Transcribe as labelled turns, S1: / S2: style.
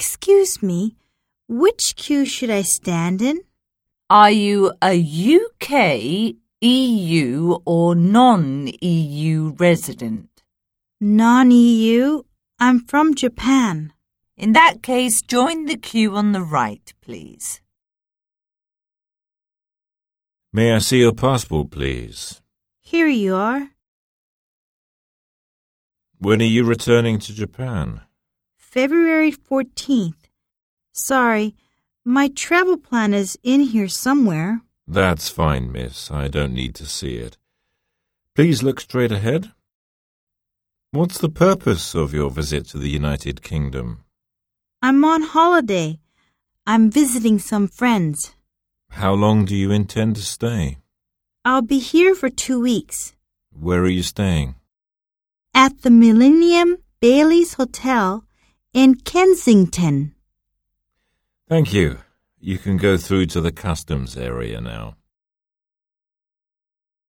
S1: Excuse me, which queue should I stand in?
S2: Are you a UK, EU, or non EU resident?
S1: Non EU? I'm from Japan.
S2: In that case, join the queue on the right, please.
S3: May I see your passport, please?
S1: Here you are.
S3: When are you returning to Japan?
S1: February 14th. Sorry, my travel plan is in here somewhere.
S3: That's fine, miss. I don't need to see it. Please look straight ahead. What's the purpose of your visit to the United Kingdom?
S1: I'm on holiday. I'm visiting some friends.
S3: How long do you intend to stay?
S1: I'll be here for two weeks.
S3: Where are you staying?
S1: At the Millennium Bailey's Hotel in Kensington.
S3: Thank you. You can go through to the customs area now.